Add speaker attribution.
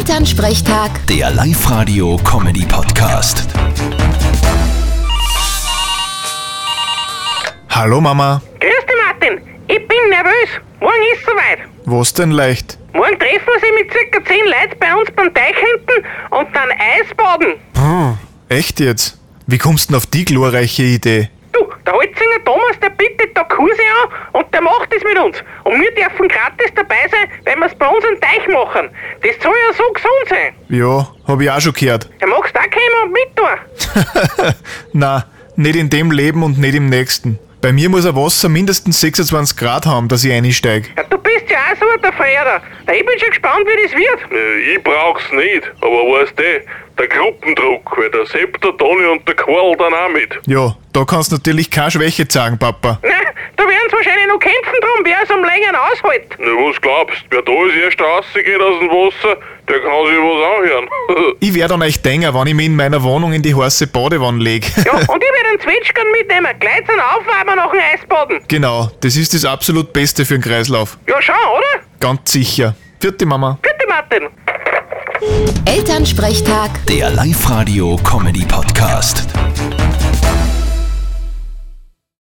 Speaker 1: Elternsprechtag,
Speaker 2: Der Live-Radio-Comedy-Podcast.
Speaker 3: Hallo Mama,
Speaker 4: Grüß dich, Martin. Ich bin nervös. Morgen ist soweit.
Speaker 3: was denn leicht?
Speaker 4: Morgen treffen sie mit circa 10 Leuten bei uns beim Teich hinten und dann Eisbaden.
Speaker 3: Echt jetzt? Wie kommst denn auf die glorreiche Idee?
Speaker 4: Du, der Holzinger Thomas, der bietet da Kurse an und der macht es mit uns. Und wir dürfen gratis dabei sein, wenn wir es bei uns am Teich machen. Das soll ja so gesund sein.
Speaker 3: Ja, hab ich auch schon gehört.
Speaker 4: Ja, magst du auch kommen und mit tun?
Speaker 3: Na, nicht in dem Leben und nicht im nächsten. Bei mir muss ein Wasser mindestens 26 Grad haben, dass ich einsteige.
Speaker 4: Ja, du bist ja auch so ein Verehrer. Na, ich bin schon gespannt, wie das wird.
Speaker 5: Äh, Ich brauch's nicht, aber weißt du, der Gruppendruck, weil der Sepp, der Toni und der Karl dann auch mit.
Speaker 3: Ja, da kannst natürlich keine Schwäche zeigen, Papa.
Speaker 4: Na, da werden sie wahrscheinlich noch kämpfen drum, wer es am längeren aushält.
Speaker 5: Na, was glaubst, wer da als erster rausgeht aus dem Wasser, der kann sich was anhören.
Speaker 3: Ich werd an euch denken, wenn ich mich in meiner Wohnung in die heiße Badewanne lege.
Speaker 4: Ja, und ich werde einen Zwetschgen mitnehmen. Gleich zum Aufwärmen nach dem Eisbaden.
Speaker 3: genau, das ist das absolut Beste für den Kreislauf.
Speaker 4: Ja, schon, oder?
Speaker 3: Ganz sicher. Vierte Mama.
Speaker 4: Bitte, Martin.
Speaker 1: Elternsprechtag.
Speaker 2: Der Live-Radio-Comedy-Podcast.